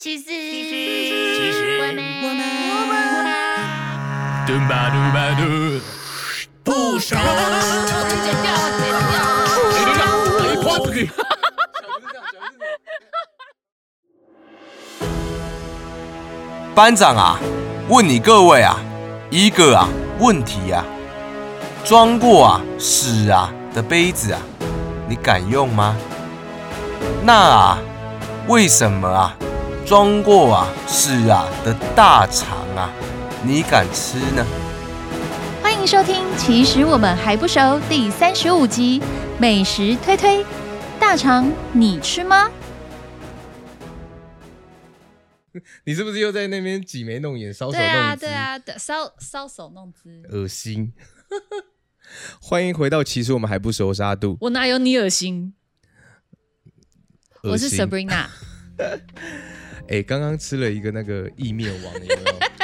其实，其实我们，我们嘟吧嘟吧嘟，不熟。剪掉，剪掉。班长啊，问你各位啊，一个啊问题啊，装过啊屎啊的杯子啊，你敢用吗？那啊，为什么啊装过啊屎啊的大肠啊，你敢吃呢？欢迎收听《其实我们还不熟》第三十五集《美食推推》，大肠你吃吗？ 你是不是又在那边挤眉弄眼、搔首弄姿？对啊，对啊，对搔搔首弄姿。恶心。 欢迎回到，其实我们还不熟沙度。我哪有你恶心？我是恶心 Sabrina，哎、刚刚吃了一个那个意面王，有没 有？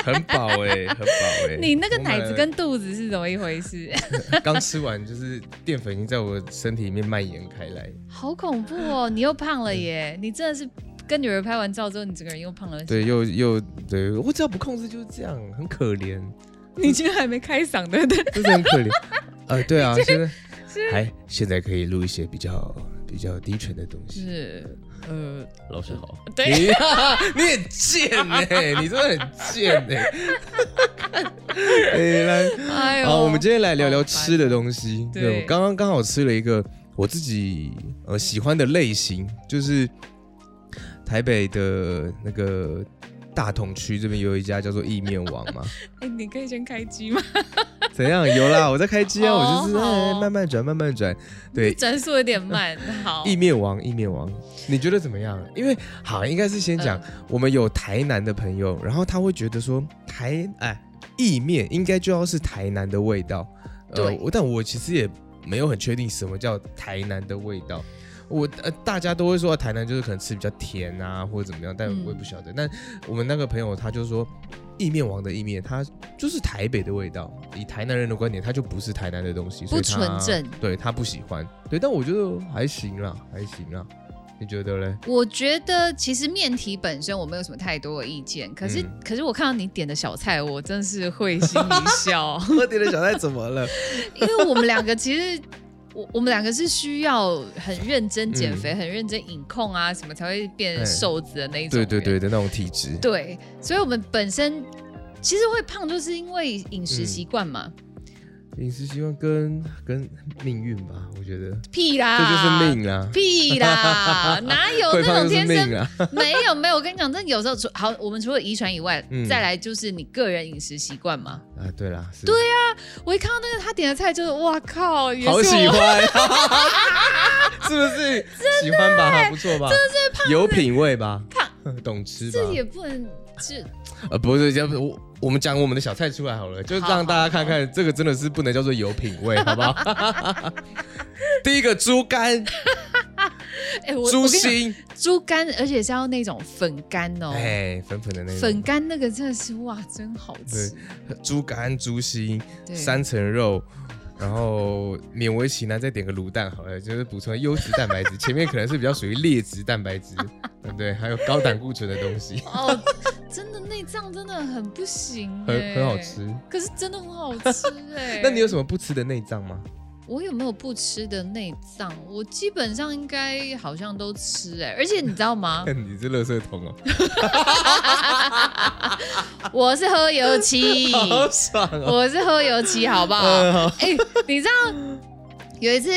很饱哎、很饱哎、 你那个我奶买了子跟肚子是怎么一回事？ 刚吃完，就是淀粉已经在我身体里面蔓延开来。 好恐怖哦！你又胖了耶！你真的是跟女儿拍完照之后，你整个人又胖了。对，又又对我只要不控制就是这样，很可怜，你今天还没开嗓，对不对？真的 很可怜。呃，对啊，现在还现在可以录一些比较比较低沉的东嗯西。是，呃，老师好，对，你 你很贱哎、你真的很贱 哎、欸。来，哎呦，好，我们今天来聊聊好烦吃的东西。对对，我刚刚刚好吃了一个我自己呃喜欢的类型，就是台北的那个大同区这边有一家叫做意面王 嘛。哎，你可以先开机吗？ 怎样？有啦，我在开机啊，哦我就是好哎哦慢慢转，慢慢转。对，转速有点慢。好，意面王，意面王，你觉得怎么样？因为好，应该是先嗯讲、我们有台南的朋友，然后他会觉得说台哎意面应该就要是台南的味道，呃对我但我其实也没有很确定什么叫台南的味道。我呃，大家都会说台南就是可能吃比较甜啊，或者怎么样，但嗯我也不晓得。但我们那个朋友他就说，意面王的意面，它就是台北的味道。以台南人的观点，它就不是台南的东西，所以他纯正对他不喜欢。对，但我觉得还行啦，还行啦。你觉得嘞？我觉得其实面体本身我没有什么太多的意见，可是、嗯可是我看到你点的小菜，我真是会心一 笑，我点的小菜怎么了？因为我们两个其实。我我们两个是需要很认真减肥、很认真饮控啊，什么才会变嗯哎瘦子的那一种对人。对对的那种体质。对，所以我们本身其实会胖，就是因为饮食嗯习惯嘛。饮食习惯跟跟命运吧，我觉得屁这啦，就是命啦，屁 啦，哪啊有会那胖种就天是生命啊啦。 没有没有，我跟你讲，真的有时候除好，我们除了遗传以外，嗯再来就是你个人饮食习惯嘛。啊，对啦，对呀，我一看到那个他点的菜，就是哇靠，也是哦好我喜欢， 是不是？喜欢吧，还不错吧，有品味吧，胖 懂吃吧？这也不能是呃，不是，要不我我们讲我们的小菜出来好了，就好让大家看看这个真的是不能叫做有品味，好不好？ 第一个猪肝、哎、我猪我跟你讲心，猪肝，而且是要那种粉干哦，哎，粉粉的那种粉干那个真的是哇，真好吃。对，猪肝、猪心、对三层肉，然后勉为其难再点个卤蛋好了，就是补充优质蛋白质。前面可能是比较属于劣质蛋 白质，对不对？还有高胆固醇的东西，哦，真的内脏真的很不行、很哎很好。吃。可是真的很好 吃哎、那你有什么不吃的内脏吗？ 我有没有不吃的内脏？我基本上应该好像都吃哎、而且你知道 吗？你是垃圾桶哦，我是喝油漆，好爽哦！我是喝油漆，好不 好？嗯好哎、你知道有一次，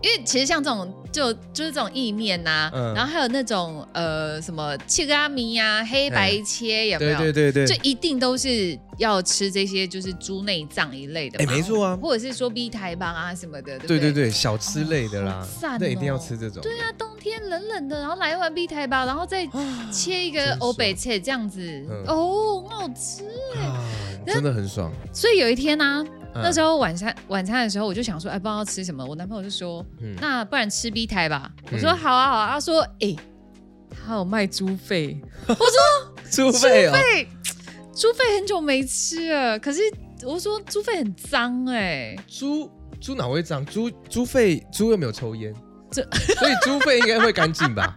因为其实像这种就就是这种意面呐、嗯然后还有那种呃什么切咖米呀、黑白切有没对有？对对对，就一定都是要吃这些，就是猪内脏一类的哎嘛，没错啊或者是说 B 台帮啊什么的，对不对对对对，小吃类的啦好赞哦，那一定要吃这种。对啊，冬天冷冷的，然后来一碗 B 台吧，然后再切一啊真个爽欧北切这样子，嗯哦，很好吃。啊，真的很爽。嗯所以有一天呢、啊，那时候，候晚餐晚餐的时候，我就想说，哎，不知道吃什么。我男朋友就说，嗯那不然吃 B 台吧。我嗯说好啊好啊。他说，哎、他有卖猪肺， 猪肺哦，对，猪肺很久没吃了。可是我说猪肺很脏哎、 猪猪哪会脏？猪猪肺，猪又没有抽烟。所以猪肺应该会干净吧？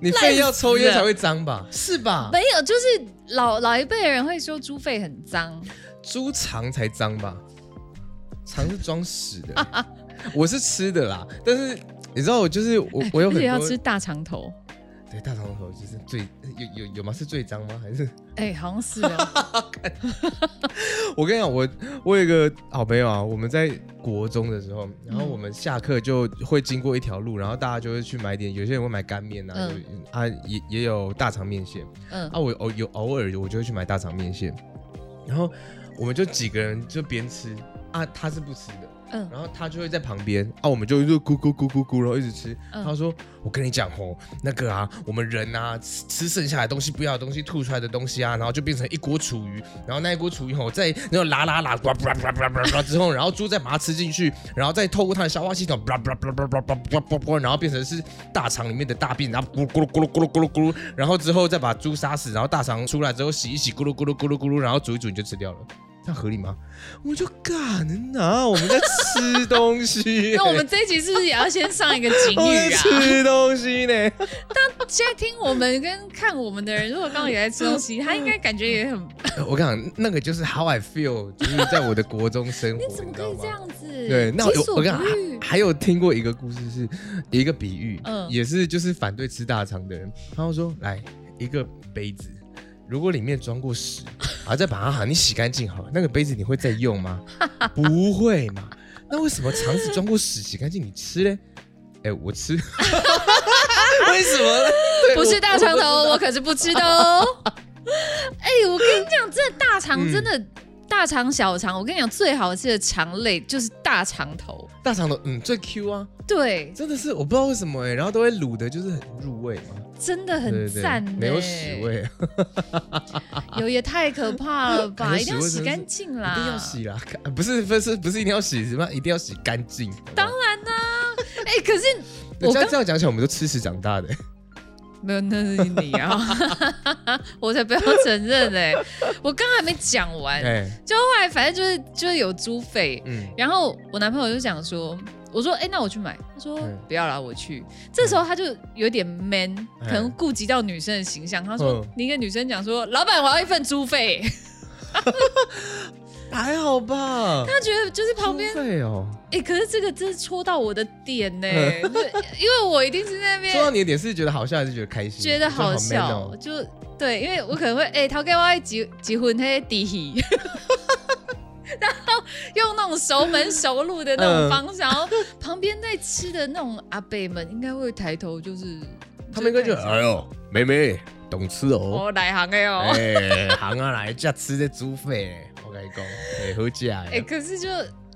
你肺要抽烟才会脏吧？是吧？没有，就是老老一辈的人会说猪肺很脏，猪肠才脏吧？肠是装屎的，我是吃的啦。但是你知道，我就是我，我有而 很且要多吃大肠头。对大肠头就是最有有有吗？是最脏吗？还是哎、好像是 哦。我跟你讲，我我有一个好朋友啊，我们在国中的时候，然后我们下课就会经过一条路，然后大家就会去买点，有些人会买干面啊，嗯有啊也也有大肠面线嗯啊，我偶有偶尔我就会去买大肠面线，然后我们就几个人就边吃啊，他是不吃的。嗯，然后他就会在旁边啊，我们就就咕咕咕咕咕，然后一直吃。嗯他说：“我跟你讲哦，那个啊，我们人啊吃吃剩下的东西，不要的东西吐出来的东西啊，然后就变成一锅厨余，然后那一锅厨余吼再然后拉拉拉，叭叭叭叭叭叭之后，然后猪再把它吃进去，然后再透过它的消化系统，叭叭叭叭叭叭叭叭叭，然后变成是大肠里面的大便，然后咕噜咕噜咕噜咕噜咕噜咕噜，然后之后再把猪杀死，然后大肠出来之后洗一洗，咕噜咕噜咕噜咕噜，然后煮一煮你就吃掉了。”这样合理吗？我就敢能拿，我们在吃东西耶、 那我们这一集是不是也要先上一个警 我们语在啊？吃东西呢， 现在听我们跟看我们的人，如果刚刚也在吃东西，他应该感觉 也很，哎我跟你讲，那个就是 how I feel，就是在我的国中生活， 你怎么知可道以吗这？样子？对，那我己有所我不跟你欲讲，。还还有听过一个故事是，一个比喻，嗯也是就是反对吃大肠的人，他就说来一个杯子，如果里面装过屎，然后再把它好，你洗干净好了，那个杯子你会再 用吗？不会嘛？那为什么肠子装过屎洗干净你吃嘞？哎、我吃， 为什么呢？对不是我大肠头，我可是不吃的哦。 哎、我跟你讲，这大肠真嗯的、大肠小肠，我跟你讲，最好吃的肠类就是大肠头。大肠头，嗯，最 Q 啊，对，真的是我不知道为什么哎、然后都会卤的，就是很入味嘛，真的对很对对赞呢，没有屎，味，一有也太可怕了吧！ 感一觉定要屎洗味真的是干净啦，定要。洗啦， 看不是不是不是一定要洗，什么一定要洗干净。当然，啊哎、 可是这我样刚这样讲起来，我们都吃屎长大的、没有，那是你啊， 我才不要承认哎、我刚还没讲完，哎、就后来反正就是就是有猪肺，嗯，然后我男朋友就讲说，我说哎、那我去买，他说嗯不要啦，我去。这时候他就有点 man，嗯可能顾及到女生的形象，他说嗯你跟女生讲说，老板我要一份猪肺，还好吧。他觉得就是旁边猪肺哦，哎、可是这个真是戳到我的点呢、嗯就是因为我一定是在那说到边你的点是觉得好笑还是觉得开心？觉得好好 man 笑，哦。就对，因为我可能会哎，头给我几几混黑底戏， 然后用那种熟门熟路的那种 嗯方式，然后旁边在吃的那种阿伯们应该会抬头，就是他们应该就看一下哎呦，妹妹懂吃哦，哦来行哎哦，哎、哎，行啊来，这吃这猪肺，我跟你讲，哎，好假哎。可是就。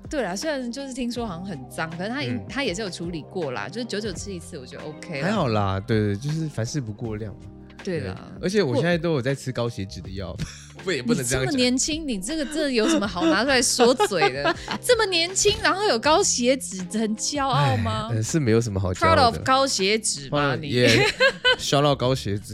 对啦，虽然就是听说好像很脏，可是他、嗯他也是有处理过啦，就是久久吃一次，我觉得 OK 啦还。好哎啦，对对，就是凡事不过量嘛。对啦，而且我现在都有在吃高血脂的药， 不也不能你这样么讲。年轻，你这个真的有什么好拿出来说嘴 的？这么年轻，然后有高血脂，很骄傲吗哎呃是没有什么好骄哦？Proud 傲 of 的。哦高血脂吗？你也 烧到高血脂。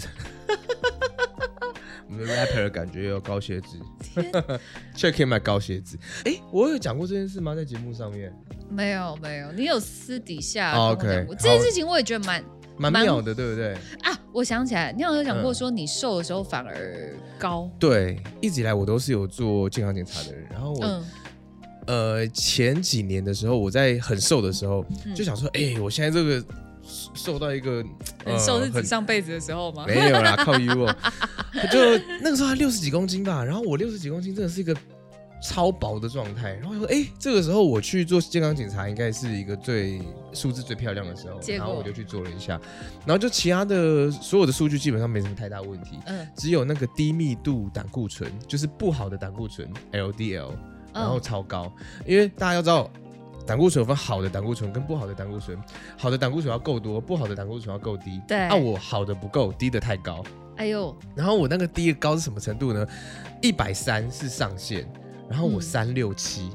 我们的 rapper 感觉有高血脂， 却可以买高血脂。哎、我有讲过这件事吗？在节目上面，没有没有，你有私底下跟我哦讲过 OK，这件事情，我也觉得蛮蛮蛮妙的，对不对？啊。我想起来，你好像有讲过嗯说你瘦的时候反而高，对，一直以来我都是有做健康检查的人。然后我、嗯呃前几年的时候，我在很瘦的时候，嗯就想说，哎、我现在这个瘦瘦到一个呃很瘦是很指上辈子的时 候吗？没有啦，靠 U 哦，就那个时候还六十几公斤吧，然后我六十几公斤真的是一个超薄的状态，然后我说，哎、这个时候我去做健康检查，应该是一个最数字最漂亮的时候，结然果后我就去做了一下，然后就其他的所有的数据基本上没什么太大问题，嗯只有那个低密度胆固醇，就是不好的胆固醇 LDL，然后嗯超高，因为大家要知道。胆固醇有分好的胆固醇跟不好的胆固醇，好的胆固醇要够多，不好的胆固醇要够低。对啊，我好的不够，低的太高。哎呦，然后我那个低的高是什么程度呢？一百三是上限，然后我嗯三六七，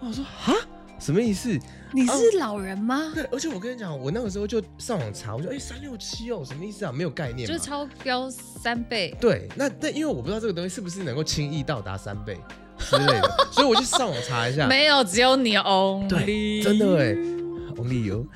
哇我说哈，什么意思？你是老人吗？对，而且我跟你讲，我那个时候就上网查，我就哎三六七哦，什么意思啊？没有概念嘛，就是超标三倍，对，那但因为我不知道这个东西是不是能够轻易到达三倍之类的，所以我就上网查一下，欸没有，只有你 only。对，真的哎，红利油。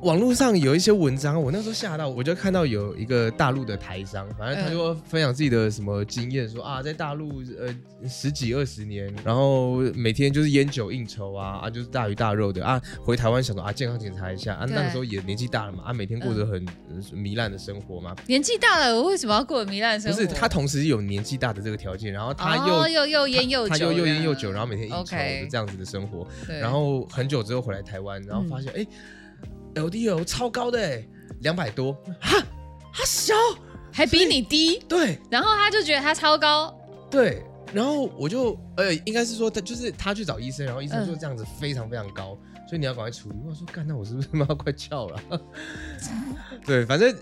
网络上有一些文章，我那时候吓到，我就看到有一个大陆的台商，反正他就分享自己的什么经验，说啊，在大陆呃十几二十年，然后每天就是烟酒应酬啊啊，就是大鱼大肉的啊，回台湾想说啊健康检查一下啊，对那个时候也年纪大了嘛啊，每天过着很呃糜烂的生活嘛，年纪大了，我为什么要过糜烂的生不活？是他同时有年纪大的这个条件，然后他又、哦又又烟又他酒又的，又烟又酒，然后每天应酬 OK 的这样子的生活，对然后很久之后回来台湾，然后发现哎、LDL 超高的哎，两百多，哈，他小，还比你低，对然后他就觉得他超高，对，然后我就呃，应该是说他就是他去找医生，然后医生嗯说这样子非常非常高，所以你要赶快处理。我说干，那我是不是他妈快翘了？对，反正。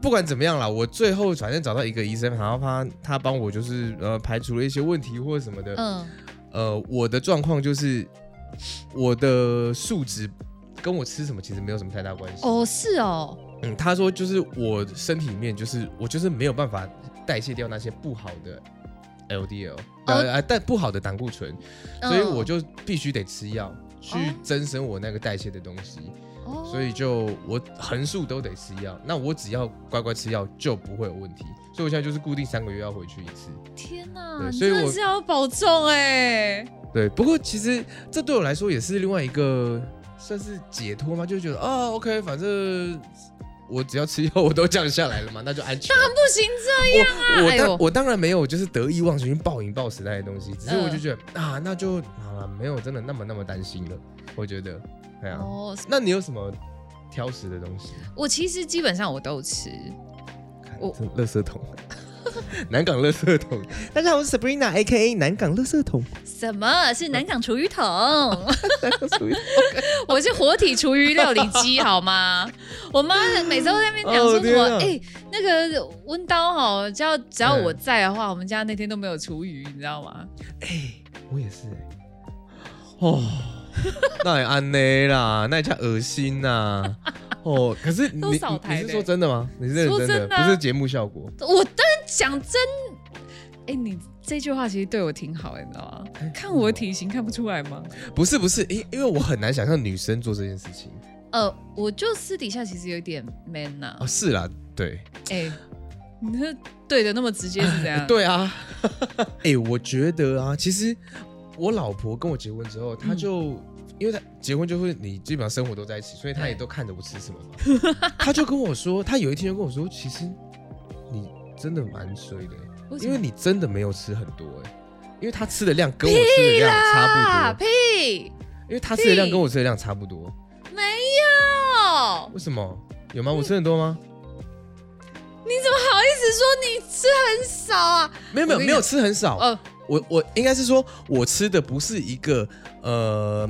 不管怎么样啦，我最后反正找到一个医生，然后他他帮我就是呃排除了一些问题或者什么的，嗯，呃，我的状况就是我的数值跟我吃什么其实没有什么太大关系。哦，是哦，嗯，他说就是我身体里面就是我就是没有办法代谢掉那些不好的 LDL，呃、但不好的胆固醇，所以哦嗯我就必须得吃药去增生我那个代谢的东西。哦所以就我横竖都得吃药，那我只要乖乖吃药就不会有问题。所以我现在就是固定三个月要回去一次。天哪，对你所以真的我是要保重哎，对，啊不过其实这对我来说也是另外一个算是解脱吗？就觉得啊，OK，反正我只要吃药我都降下来了嘛，那就安全。啊不行这我我哎当、呦我当然没有就是得意忘形、暴饮暴食那些东西，只是嗯我就觉得、啊，那就好了，没有真的那么那么担心了。我觉得，对啊。哦，那你有什么挑食的东西？我其实基本上我都吃，看我这垃圾桶， 南港垃圾桶。大家好，我是 Sabrina A K A 南港垃圾 桶。什么是南港厨余桶？南港属于 我是活体厨余料理机，好吗？我妈每次都在那边讲说哦什么天，啊哎、那个温刀哈，只要只要我在的话，我们家那天都没有厨余，你知道吗？我也是、欸，哦， 那也安内啦，那也叫恶心呐、哦，可是你都你扫台你是的说真的吗？你是认说真真的，的啊不是节目效果？我当然讲真，哎、你这句话其实对我挺好、你知道吗？哎看我的体型看不出来吗？不是不是，因因为我很难想象女生做这件事情呃，我就私底下其实有点 man 呐、哦，是啦，对哎、你这对的那么直接是怎样？对啊， 哎、我觉得啊，其实我老婆跟我结婚之后，嗯她就。因为她结婚就会，你基本上生活都在一起，所以她也对都看着我吃什么嘛。她就跟我说，她有一天就跟我说，其实你真的蛮衰的欸、为什因么为你真的没有吃很多哎、因为他吃的量跟我吃的量差啊不多，屁，因为他吃的量跟我吃的量差不多，没有。为什么？有吗？我吃很多吗？你怎么好意思说你吃很少啊？没有没有我跟你讲没有吃很少，哦，我我应该是说我吃的不是一个呃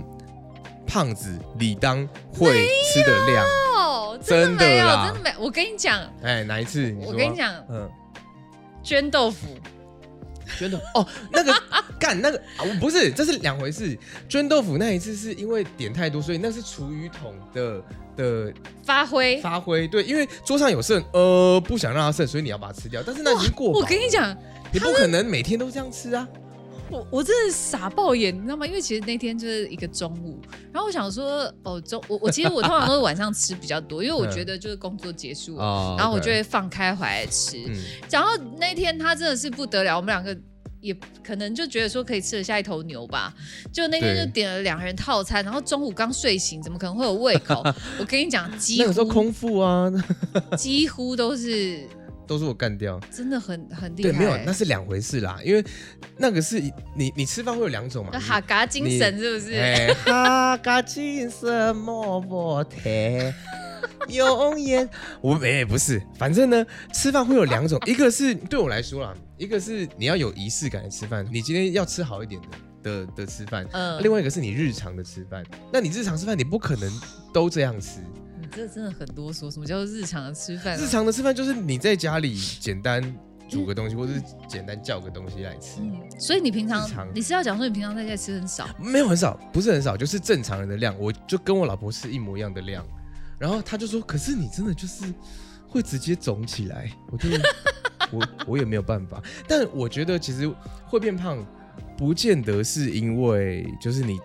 胖子理当会吃的量。哦，真的没有，啦真的没有。我跟你讲，哎，哪一次？你我说跟你，讲，嗯，捐豆腐，捐豆哦，那个干那个啊，我不是，这是两回事。捐豆腐那一次是因为点太多，所以那是厨余桶的的发挥。发挥，对，因为桌上有剩，呃，不想让它剩，所以你要把它吃掉。但是那已经过饱我跟你，讲，你不可能每天都这样吃啊。我我真的傻爆眼，你知道吗？因为其实那天就是一个中午，然后我想说，哦，中我我其实我通常都是晚上吃比较多，因 为我觉得就是工作结束，嗯哦然后我就会放开怀来吃。嗯，然后那天他真的是不得了，我们两个也可能就觉得说可以吃得下一头牛吧，就那天对就点了两人套餐，然后中午刚睡醒，怎么可能会有胃 口？我跟你讲，几那个时候乎空腹啊，几乎都是 都是我干掉。真的很很厉害、对，没有，那是两回事啦，因为那个是你你吃饭会有两种嘛那。哈嘎精神是不你是？哎，哈嘎精神莫莫提。 永远，我哎、不是，反正呢，吃饭会有两种，一个是对我来说啦，一个是你要有仪式感的吃饭，你今天要吃好一点的的的吃饭，嗯，另外一个是你日常的吃饭，那你日常吃饭你不可能都这样吃。你这真的很啰嗦。什么叫做日常的吃饭、啊日，常的吃饭就是你在家里简单煮个东西，或者是简单叫个东西来吃，嗯，所以你平常日常你是要讲说你平常在家吃很少，没有很少，不是很少，就是正常人的量。我就跟我老婆吃一模一样的量，然后她就说：“可是你真的就是会直接肿起来。”我就我 我也没有办法，但我觉得其实会变胖，不见得是因为就是你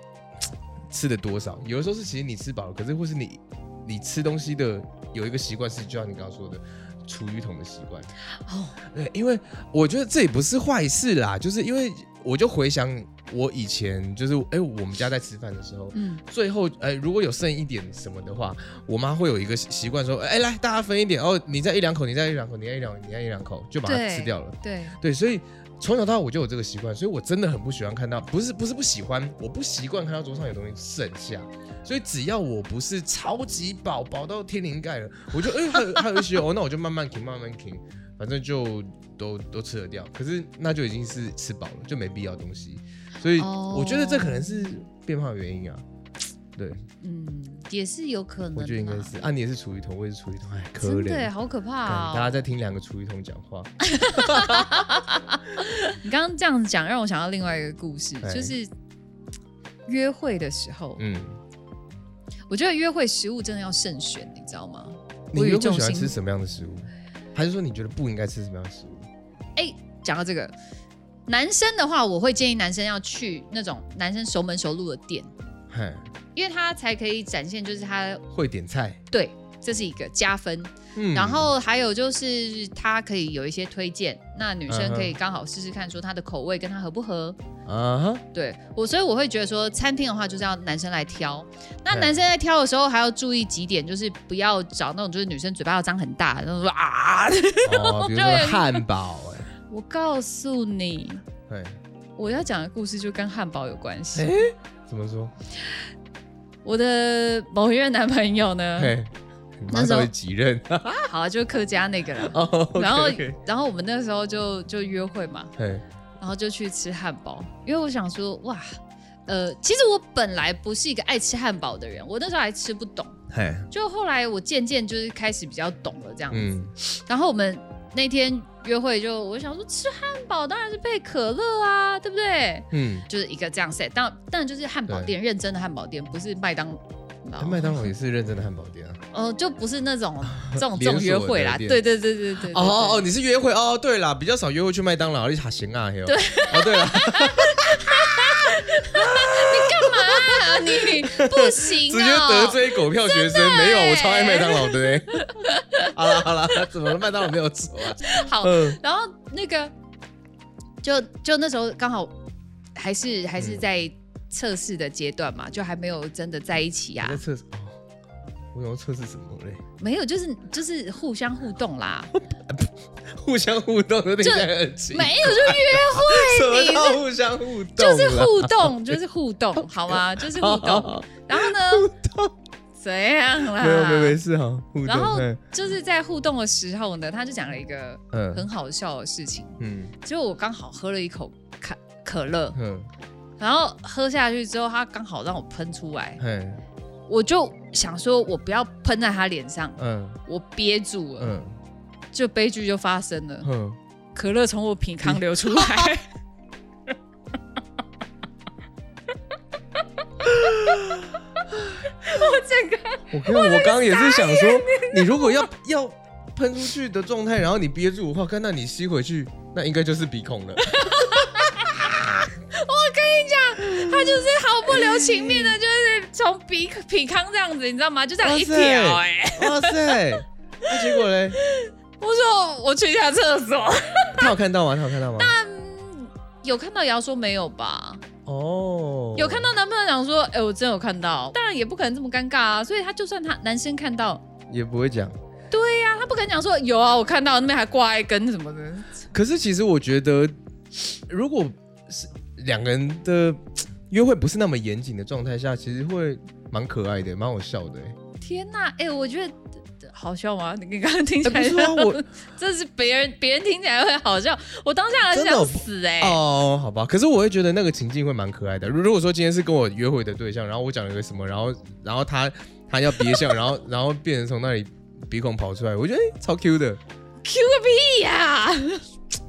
吃的多少，有的时候是其实你吃饱了，可是或是你你吃东西的有一个习惯是，就像你刚刚说的。厨余桶的习惯哦哦，对，因为我觉得这也不是坏事啦，就是因为我就回想我以前，就是哎、我们家在吃饭的时候，嗯，最后，呃，如果有剩一点什么的话，我妈会有一个习习惯说，哎、来，大家分一点哦，你再一两口，你再一两口，你再一两，你再一两口，就把它对吃掉了。对，对，所以从小到大我就有这个习惯，所以我真的很不喜欢看到，不是不是不喜欢，我不习惯看到桌上有东西剩下，所以只要我不是超级饱饱到天灵盖了，我就哎、还有还有一些哦，那我就慢慢停慢慢停，反正就都都吃得掉，可是那就已经是吃饱了，就没必要东西，所以哦我觉得这可能是变胖的原因啊。对，嗯，也是有可能我啦，觉得应该是啊，你也是厨余桶，我也是厨余桶，哎，可真怜的耶，好可怕干大家哦！在听两个厨余桶讲话，你刚刚这样子讲，让我想到另外一个故事，哎就是约会的时候，嗯，我觉得约会食物真的要慎选，你知道吗？你我又与不众喜欢心吃什么样的食物？还是说你觉得不应该吃什么样的食物？讲到这个，男生的话，我会建议男生要去那种男生熟门熟路的店，嗨，因为他才可以展现就是他会点菜，对，这是一个加分。嗯然后还有就是他可以有一些推荐，那女嗯生哼可以刚好试试看，说她的口味跟她合不合。啊哈，对我，所以我会觉得说，餐厅的话就是要男生来挑。那对男生在挑的时候还要注意几点，就是不要找那种就是女生嘴巴要张很大，然后说啊， 哦，比如说汉堡，我告诉你，哎，哎，我要讲的故事就跟汉堡有关系。怎么说？我的某一任男朋友呢，嘿，你嗯妈那时候到底几任？ 好、啊，就是客家那个了。哦，OK，OK，然后，然后我们那时候就就约会嘛，嘿，然后就去吃汉堡，因为我想说，哇，呃，其实我本来不是一个爱吃汉堡的人，我那时候还吃不懂，嘿，就后来我渐渐就是开始比较懂了这样子。嗯，然后我们那天约会就，我想说吃汉堡当然是配可乐啊，对不对？嗯，就是一个这样 set，当当然就是汉堡店，认真的汉堡店，不是麦当劳。麦当劳也是认真的汉堡店啊。呃，就不是那 种这种这连种约锁的会啦，店对对对对对。哦哦哦，对，你是约会哦？对啦，比较少约会去麦当劳，你好行啊，对，哦对 了，啊你不行直接啊！得罪狗票学生，没有，我超欸爱麦当劳的嘞。 好了好了，怎么了？麦当劳没有错 啊？好，嗯，然后那个就就那时候刚好还是还嗯是在测试的阶段嘛，就还没有真的在一起你啊在，测试哦，我想要测试什么嘞？ 没有，就是就是互相互动啦，互相互动有点像很奇怪 没有就什么约会，你叫互相互动？就是互动，就是互动，好吗？就是互动。动，然后呢？怎样啦？ 没有没有没事哈，互然后动。嗯就是在互动的时候呢，他就讲了一个嗯很好笑的事情，嗯就我刚好喝了一口可可乐，嗯然后喝下去之后，他刚好让我喷出来，嗯我就想说，我不要喷在他脸上，嗯我憋住了，嗯就悲剧就发生了，嗯，可乐从我鼻腔流出来，我看我刚刚也是想说， 你如果要要喷出去的状态，然后你憋住的话，看到你吸回去，那应该就是鼻孔 了。他就是毫不留情面的，就是从鼻鼻腔这样子，你知道吗？就这样一条、哇塞哎，哇塞！那结果嘞？我说我去一下厕所，他有看到吗？他有看 到吗？有看到也要说没有吧，哦，有看到男朋友讲说，哎、我真有看到，当然也不可能这么尴尬啊，所以他就算他男生看到，也不会讲。对呀、他不可能讲说有啊，我看到那边还挂一根什么的，可是其实我觉得， 如果是两个人的约会不是那么严谨的状态下，其实会蛮可爱的，蛮好笑的。天呐，哎、我觉得好笑吗？你你刚刚听起来哎不是啊我这是别人别人听起来会好笑，我当下很真的想我死哎、哦，好吧。可是我会觉得那个情境会蛮可爱的。如如果说今天是跟我约会的对象，然后我讲了一个什么，然后然后他他要憋笑，然 后然后变成从那里鼻孔跑出来，我觉得、哎超 Q 的。 q 个屁呀、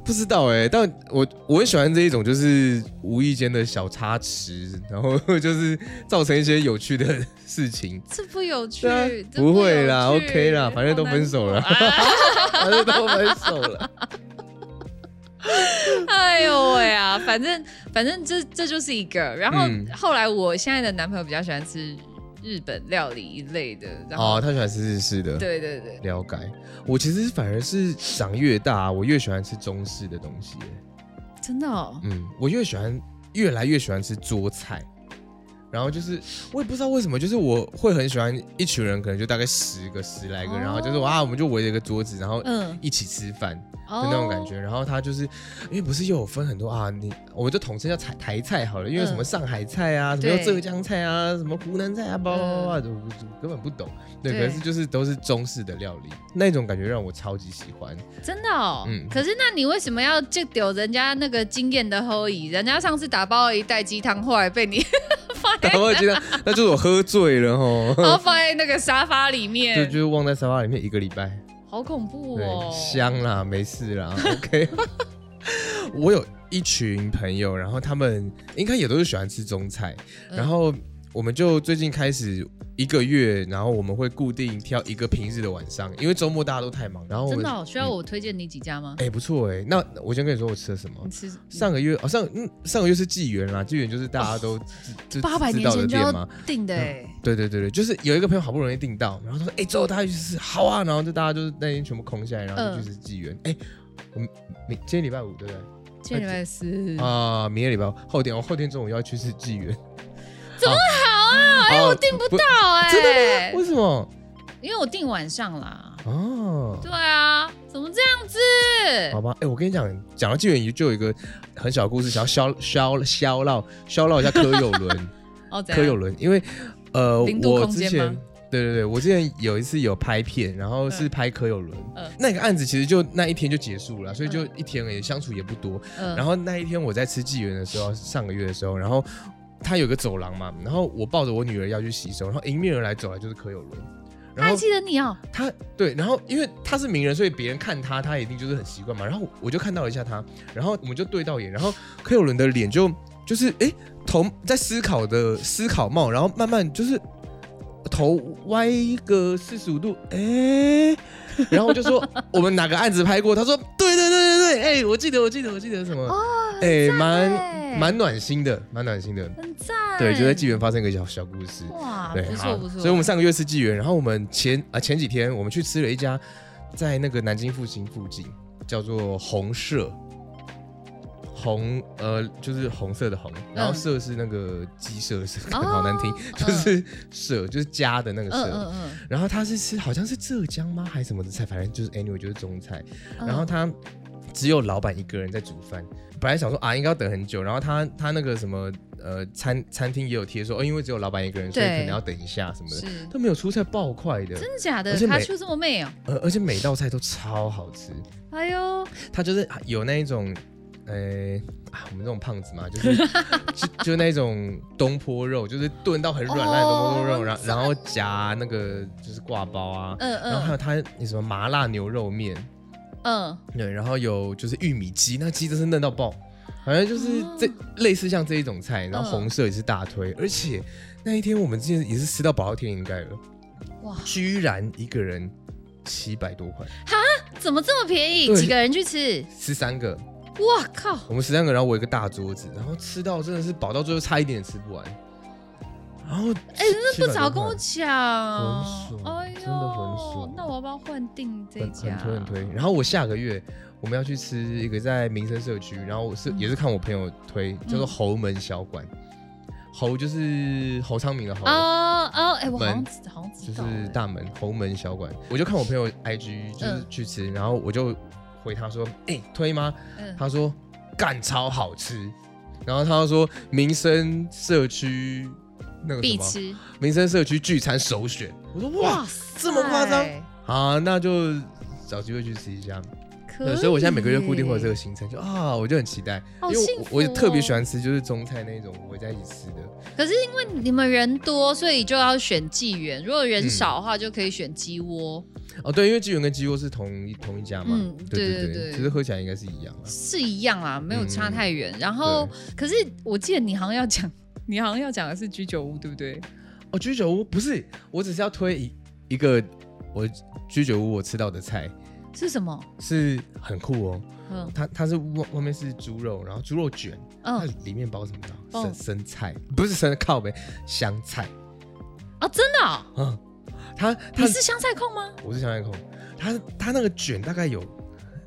不知道哎、但我我很喜欢这一种，就是无意间的小插曲，然后 就是造成一些有趣的事情。这不有趣，对啊这有趣不会啦，OK 啦反正都分手了 好难过啊反正都分手了。 哎呦喂啊，反正反正这这就是一个。然后嗯后来我现在的男朋友比较喜欢吃日本料理一类的， 然后、哦，他喜欢吃日式的，对对对，了解。我其实反而是长越大，我越喜欢吃中式的东西。真的哦，嗯，我越喜欢，越来越喜欢吃桌菜。然后就是，我也不知道为什么，就是我会很喜欢一群人，可能就大概十个、十来个，哦然后就是哇，我们就围着一个桌子，然后嗯，一起吃饭的哦嗯那种感觉。然后他就是，因为不是又有分很多啊，你我们就统称叫台台菜好了，因为什么嗯上海菜啊，什么对嗯浙江菜啊，什么湖南菜啊，叭叭叭叭，我我我根本不懂。对，对可是就是都是中式的料理，那种感觉让我超级喜 欢。真的哦。嗯可是那你为什么要就丢人家那个经验的后裔？人家上次打包了一袋鸡汤，后来被你 放 在然后觉得那就是我喝醉了 吼。然后放在那个沙发里就面，就是忘在沙发里面一个礼拜，好恐怖对，哦。香啦，没事啦 ，OK。我有一群朋友，然后他们应该也都是喜欢吃中菜，嗯然后我们就最近开始一个月，然后我们会固定挑一个平日的晚上，因为周末大家都太忙，然后我嗯真们的、哦、需要我推荐你几家吗？哎、不错哎、那我先跟你说我吃了什么你。吃上个月哦，上嗯上个月是纪元啦，纪元就是大家都知、就八百知年道的前就店嗯要嘛，订的哎，对对对对，就是有一个朋友好不容易订到，然后他说：“哎、之后大家去吃，好啊！”然后就大家就是那天全部空下来，然后就去吃纪元。哎、我们明今天礼拜五对不对？今天礼拜四，啊、明天礼拜五后天，我后天中午要去吃纪元。怎么好啊？哎，哦我订不不到哎，真的吗？为什么？因为我订晚上啦。哦，对啊，怎么这样子？好吧。哎、我跟你讲，讲到纪元，就有一个很小的故事，想要消消消唠消唠一下柯有伦。哦，怎柯有样？伦，因为呃，零度我空之间前吗对对对，我之前有一次有拍片，然后是嗯拍柯有伦，嗯那个案子其实就那一天就结束了，所以就一天而已，相处也不多。嗯然后那一天我在吃纪元的时候，上个月的时候，然后他有个走廊嘛，然后我抱着我女儿要去洗手，然后迎面而来走来就是柯有伦，他然还后记得你哦，他对，然后因为他是名人，所以别人看他，他一定就是很习惯嘛。然后我就看到了一下他，然后我们就对到眼，然后柯有伦的脸就就是哎头在思考的思考帽，然后慢慢就是头歪一个四十五度，哎，然后我就说我们哪个案子拍过？他说对对对对对，哎，我记得我记得我记得什么？哎，哎蛮蛮暖心的，蛮暖心的。很赞。对，就在纪元发生一个小小故事。哇，对，啊不好错不错。所以我们上个月是纪元，然后我们前啊前几天我们去吃了一家在那个南京复兴附近，叫做红社。红呃，就是红色的红，然后社是那个鸡社，是嗯哦好难听，就是社就是家的那个嗯社。嗯嗯然后他是吃好像是浙江吗还是什么的菜，反正就是 anyway 就是中菜。嗯，然后他只有老板一个人在煮饭。本来想说啊，应该要等很久，然后他他那个什么呃餐餐厅也有贴说哦，因为只有老板一个人，所以可对能要等一下什么的。嗯是嗯都没有出菜爆快的，真的假的而且？每他出这么媚哦，而而且每道菜都超好吃。哎呦，他就是有那一种，呃、啊，我们这种胖子嘛，就是 就就那种东坡肉，就是炖到很软烂的东坡肉，哦然、我后知道然后夹那个就是挂包啊，嗯然后还嗯有他那什么麻辣牛肉面，嗯，对，然后有就是玉米鸡，那鸡真是嫩到爆，反正就是哦这、类似像这一种菜，然嗯后红色也是大推，而且那一天我们之前也是吃到饱到天灵盖了，哇，居然一个人七百多块，嗯怎么这么便宜？对几个人去吃？十三个，哇靠！我们十三个，然后我有一个大桌子，然后吃到真的是饱到最后差一点也吃不完，然后哎，那那不早跟我讲，很爽哎呦，真的很爽那我要不要换订这很家？很推很推。然后我下个月我们要去吃一个在民生社区，然后我是、嗯也是看我朋友推，叫做侯门小馆，侯就是侯昌明的侯。哦哦，哎，我好像门知好像就知道，是哎大门侯门小馆，我就看我朋友 IG 就是嗯去吃，然后我就回他说：“哎、推吗？”嗯他说干超好吃，然后他说民生社区那个什必么吃。民生社区聚餐首选。我说哇，塞这么夸张哎好，那就找机会去吃一下。可对，所以我现在每个月固定会有这个，个行程，就啊，我就很期待，好因为幸我福我也特别哦喜欢吃就是中菜那种我在一起吃的。可是因为你们人多，所以就要选纪元；如果人少的话，就可以选鸡窝，哦，对，因为纪元跟鸡窝是同一同一家嘛，嗯对对对对，对其实喝起来应该是一样啊。是一样啦，没有差太远。然后嗯对，可是我记得你好像要讲，你好像要讲的是居酒屋，对不对？哦，居酒屋不是，我只是要推一一个我居酒屋我吃到的菜是什么？是很酷哦，嗯它它是外外面是猪肉，然后猪肉卷，它嗯，里面包什么呢？包生生菜不是生靠呗，香菜，哦，真的哦、嗯，它它你是香菜控吗？我是小面孔，它它那个卷大概有，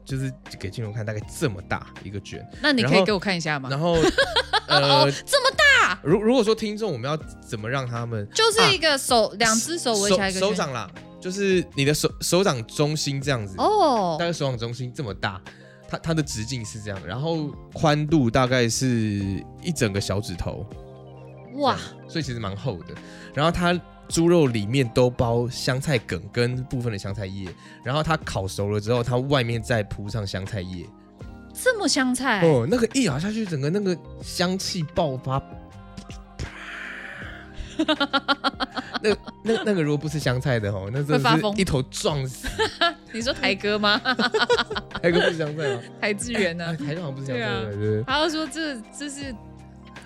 就是给金融看大概这么大一个卷，那你可然以后给我看一下吗？然后呃，哦这么大，如如果说听众我们要怎么让他们就是一个手，两只手围起来一个啊手手圈掌啦，就是你的手手掌中心这样子，哦大，概手掌中心这么大。它它的直径是这样，然后宽度大概是一整个小指头，哇，所以其实蛮厚的。然后它猪肉里面都包香菜梗跟部分的香菜叶，然后它烤熟了之后，它外面再铺上香菜叶。这么香菜，哦，那个一咬下去，整个那个香气爆发。 那那那个如果不吃香菜的哦，那会真的发是疯一头撞死。你说台哥吗？ 还有个不吃香菜吗？台志远呢 啊，？台上好像不吃香对菜啊的，对不对？他要说这这是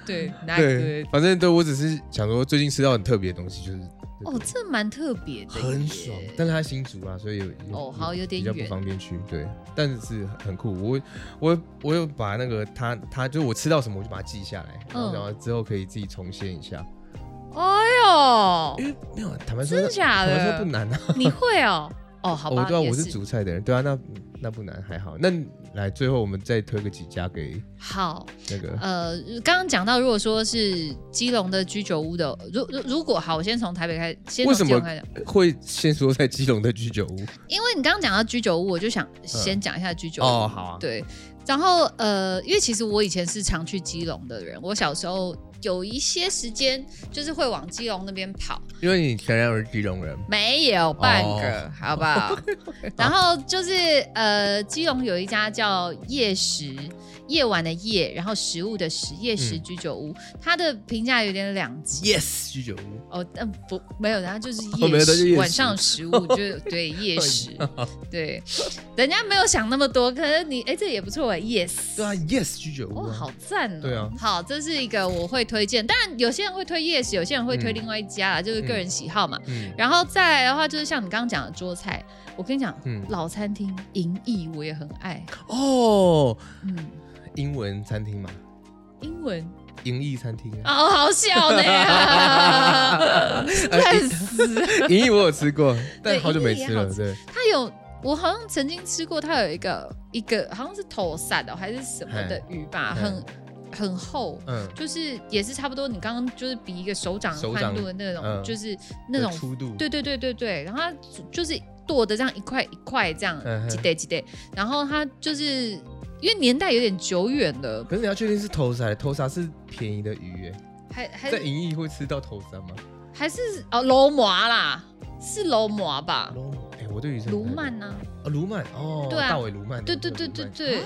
对哪对，个？反正对我只是想说，最近吃到很特别的东西，就是哦，这蛮特别的，很爽。但是它新竹啊，所以有哦好有点比较不远方便去。对，但是很酷。我我我有把那个它它就是我吃到什么，我就把它记下来，然后嗯然后之后可以自己重现一下。哎因为没有坦白说，真的假的坦白说不难啊。呦，你会 哦？哦，好我吧，对啊，也我是煮菜的人，对啊，那那不难，还好。那来最后我们再推个几家给好。那个，呃，刚刚讲到，如果说是基隆的居酒屋的，如如如果好，我先从台北开，先从为什基么隆开始讲，会先说在基隆的居酒屋因为你刚刚讲到居酒屋，我就想先讲一下居酒屋。哦，好啊，对，然后呃，因为其实我以前是常去基隆的人，我小时候有一些时间就是会往基隆那边跑，因为你前男友是基隆人，没有半哦个，好不 好？然后就是呃，基隆有一家叫夜食，夜晚的夜，然后食物的食，夜食嗯居酒屋，它的评价有点两极。 Yes，居酒屋。哦，嗯，不，没有，它就是哦夜没有它食，是夜晚食哎上的食物 就是对夜食，对，人家没有想那么多，可是你哎，这也不错哎，yes，对啊，Yes 居酒屋哦，啊。好赞哦！对啊好，这是一个我会推荐，当然有些人会推 yes，有些人会推嗯另外一家啦，就是个人喜好嘛。嗯然后再来的话，就是像你刚刚讲的桌菜，我跟你讲，嗯老餐厅银翼我也很 爱，哦，嗯，英文餐厅嘛，英文银翼餐厅 啊，哦，好笑 呢、哎烂死！银翼我有吃过，对但好久没银翼吃也好了，吃对，它有。我好像曾经吃过，它有一个一个好像是头鳝哦，还是什么的鱼吧，嘿很很厚，嗯，就是也是差不多，你刚刚就是比一个手掌手宽掌度的那种，嗯就是那种的粗度，对对对对对，然后它就是剁的这样一块一块这样嗯哼几对几对，然后它就是因为年代有点久远了，可是你要确定是头沙，头沙是便宜的鱼，哎，还还在银翼会吃到头沙吗？还是哦楼麻啦，是楼麻吧？卢哎、我对鱼生卢曼呐、啊，卢曼哦，对啊大尾卢曼，对对对对对，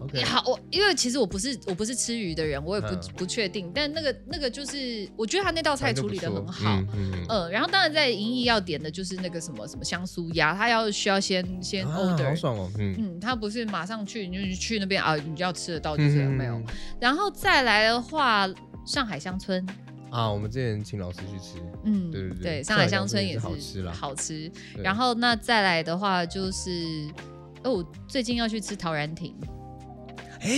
，OK，也好，我因为其实我不是我不是吃鱼的人，我也不、嗯不确定，但那个那个就是我觉得他那道菜反正处就不理的错很好。嗯嗯嗯嗯，然后当然在银翼要点的就是那个什么什么香酥鸭，它要需要先先啊， order，、好爽哦，嗯，嗯，他不是马上去，你就去那边啊，你就要吃得到 就是嗯没有。然后再来的话，上海乡村，啊，我们之前请老师去吃，嗯，对对对上海乡村也是上海乡村也是好吃啦好吃对然后那再来的话就是，哦，我最近要去吃陶然亭。哎，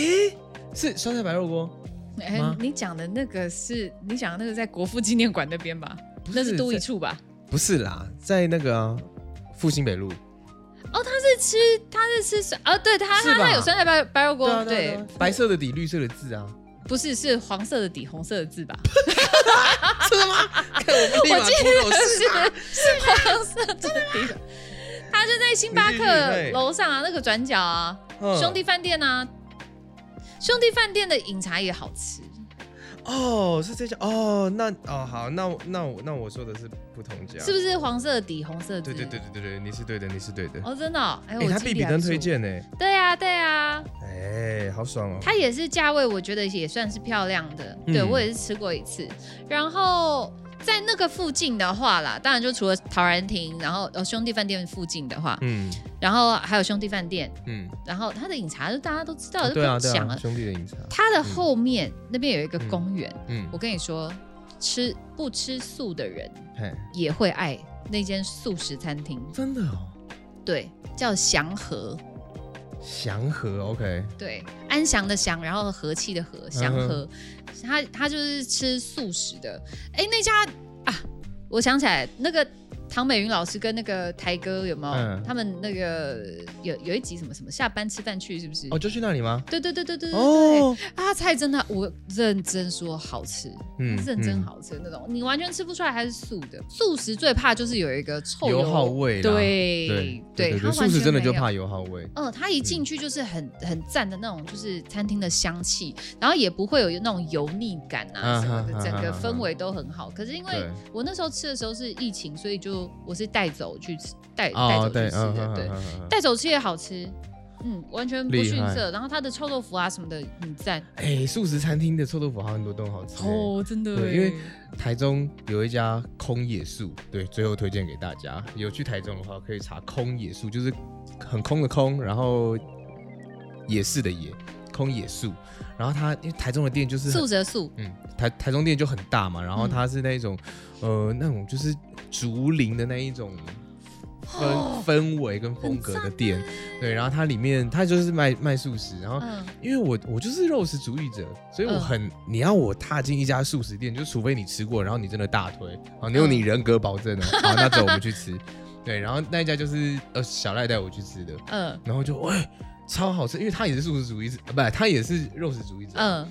是酸菜白肉锅，哎吗，你讲的那个是你讲的那个在国父纪念馆那边吧？不那是都一在处吧？不是啦，在那个啊复兴北路，哦，他是吃他是吃酸啊，对他是他吧他有酸菜白白肉锅，啊对，啊啊白色的底，绿色的字啊，不是是黄色的底，红色的字吧？ 看我立马出口是是黄色的底。他就在星巴你继续克嘿嗯楼上啊，那个转角啊，兄弟饭店啊，兄弟饭店的饮茶也好吃。哦，是这家哦，那哦好，那我那我那我说的是不同家，是不是黄色的底，红色的字？啊对对对。对对对，你是对的，你是对的。哦，真的哦，哎，哎、我他记忆必力比还登不错推。荐呢，对啊，对啊，哎、好爽哦。它也是价位，我觉得也算是漂亮的。嗯对我也是吃过一次，然后。在那个附近的话啦，当然就除了陶然亭，然后呃兄弟饭店附近的话，嗯然后还有兄弟饭店，嗯，然后它的饮茶就大家都知道，就不对啊用对讲啊，了。兄弟的饮茶，它的后面、那边有一个公园，嗯我，跟你说，吃不吃素的人嘿，也会爱那间素食餐厅，真的哦，对，叫祥和，祥和，OK，对，安详的祥，然后和气的嗯和，祥和，他他就是吃素食的，哎，那家啊，我想起来那个。唐美云老师跟那个台哥有没有？嗯他们那个有有一集什么什么下班吃饭去是不是？哦，就去那里吗？对对对对对对对、哦，啊！菜真的，我认真说好吃，嗯认真嗯好吃的那种，你完全吃不出来它是素的。素食最怕就是有一个臭油耗味啦对对对它对，完素食全真的没就有怕油耗味。嗯，它一进去就是很很赞的那种，就是餐厅的香气，然后也不会有那种油腻感啊啊什么的哈，整个哈哈氛围都很好。可是因为对我那时候吃的时候是疫情，所以就我是带走去吃，带带哦，走对，去吃嗯的，嗯对，嗯嗯嗯带走吃也好吃，嗯，完全不厉逊害色。然后它的臭豆腐啊什么的很赞，哎，素食餐厅的臭豆腐好像很多都好吃。哦，哦，真的对耶，因为台中有一家空野素，对，最后推荐给大家。有去台中的话，可以查空野素，就是很空的空，然后也是的野，空野素。然后它因为台中的店就是很素则素，嗯，台台中店就很大嘛，然后嗯它是那种、呃那种就是竹林的那一种氛、哦氛围跟风格的店，对，然后它里面它就是卖卖素食，然后。欸嗯，因为我我就是肉食主义者，所以我嗯很、你要我踏进一家素食店，就除非你吃过，然后你真的大推，嗯好，你用你人格保 证哦，好，那走我们去吃，对，然后那一家就是呃小赖带我去吃的，嗯然后就喂、超好吃，因为他也是素食主义者，呃不，他也是肉食主义者，嗯，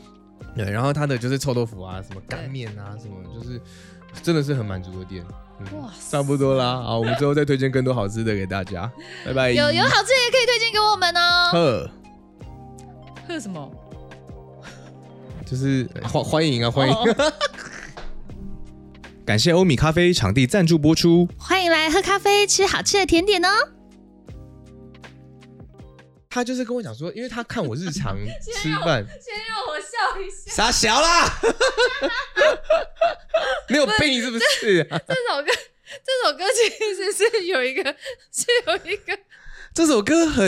对，然后它的就是臭豆腐啊，什么干面啊，什么就是真的是很满足的店。嗯，哇，差不多啦，好，我们之后再推荐更多好吃的给 大家，拜拜。有有好吃的也可以推荐给我们哦。呵，喝什么？就是欢欢迎啊，欢迎。哦 感谢欧米咖啡场地赞助播出。欢迎来喝咖啡，吃好吃的甜点哦。他就是跟我讲说，因为他看我日 常吃饭，先让我笑一下，傻小啦， 没有病是不是 啊？这首歌。这首歌其实是有一个，是有一个这首歌很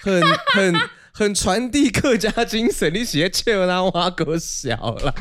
很很很传递客家精神，你写切啦，挖狗小啦。